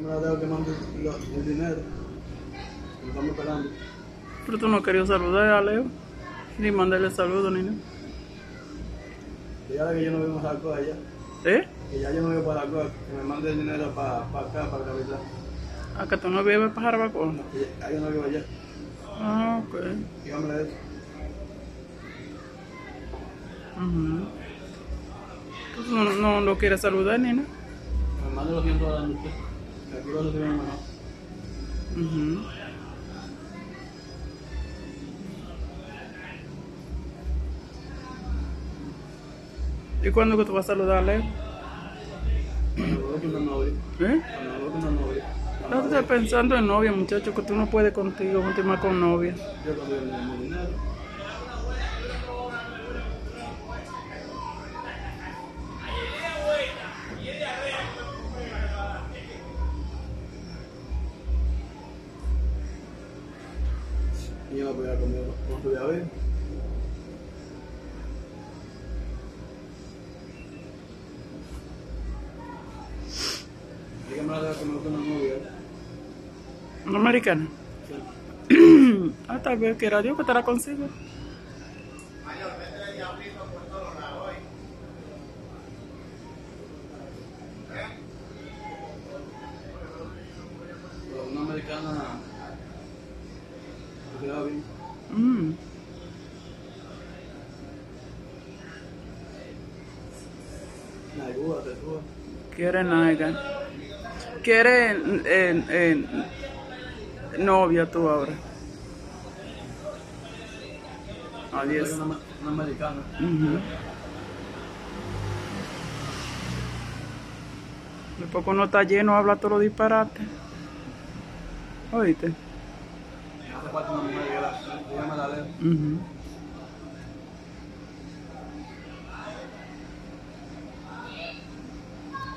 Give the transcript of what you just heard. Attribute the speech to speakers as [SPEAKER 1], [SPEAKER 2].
[SPEAKER 1] mandado que mande lo- el dinero. Lo estamos esperando.
[SPEAKER 2] Pero tú no querías saludar a Leo, ni mandarle saludos ni nada.
[SPEAKER 1] Dígale que yo no vivo en Jaracoa ya.
[SPEAKER 2] ¿Eh?
[SPEAKER 1] Que ya yo no vivo para Jaracoa. Que me mande el dinero para acá, para capital.
[SPEAKER 2] ¿A que tú no vives para Jarabacoa?
[SPEAKER 1] No, que ya- ahí yo no vivo allá.
[SPEAKER 2] Ah, ok.
[SPEAKER 1] Dígame eso.
[SPEAKER 2] Ujú. Tú no, no lo quieres saludar ni nada.
[SPEAKER 1] Que me mande los 100 dólares de usted. Que aquí lo reciben mejor.
[SPEAKER 2] Ujú. ¿Y cuándo que tú vas a saludar a Leo?
[SPEAKER 1] Cuando lo veo con una novia.
[SPEAKER 2] ¿Eh?
[SPEAKER 1] Cuando lo veo con una novia.
[SPEAKER 2] No
[SPEAKER 1] Cuando
[SPEAKER 2] estás pensando en novia, muchacho, que tú no puedes contigo, un más con novia.
[SPEAKER 1] Yo cuando yo tengo dinero. Y yo me voy a comer con tu llave. Dígame la verdad que me gusta una novia.
[SPEAKER 2] Una americana.
[SPEAKER 1] Sí.
[SPEAKER 2] ah, tal vez quiera Dios que te la consiga.
[SPEAKER 1] Pero una americana. Me quedaba bien.
[SPEAKER 2] Mm.
[SPEAKER 1] La ayuda, te suba.
[SPEAKER 2] Quiere nalga. Quiere eh, eh, novia tú ahora. Adiós.
[SPEAKER 1] Una, una americana.
[SPEAKER 2] Ujú. Después cuando está lleno habla todos los disparates. ¿Oíste?
[SPEAKER 1] um Me hace falta una mujer que la, que llama la ley.
[SPEAKER 2] Ujú.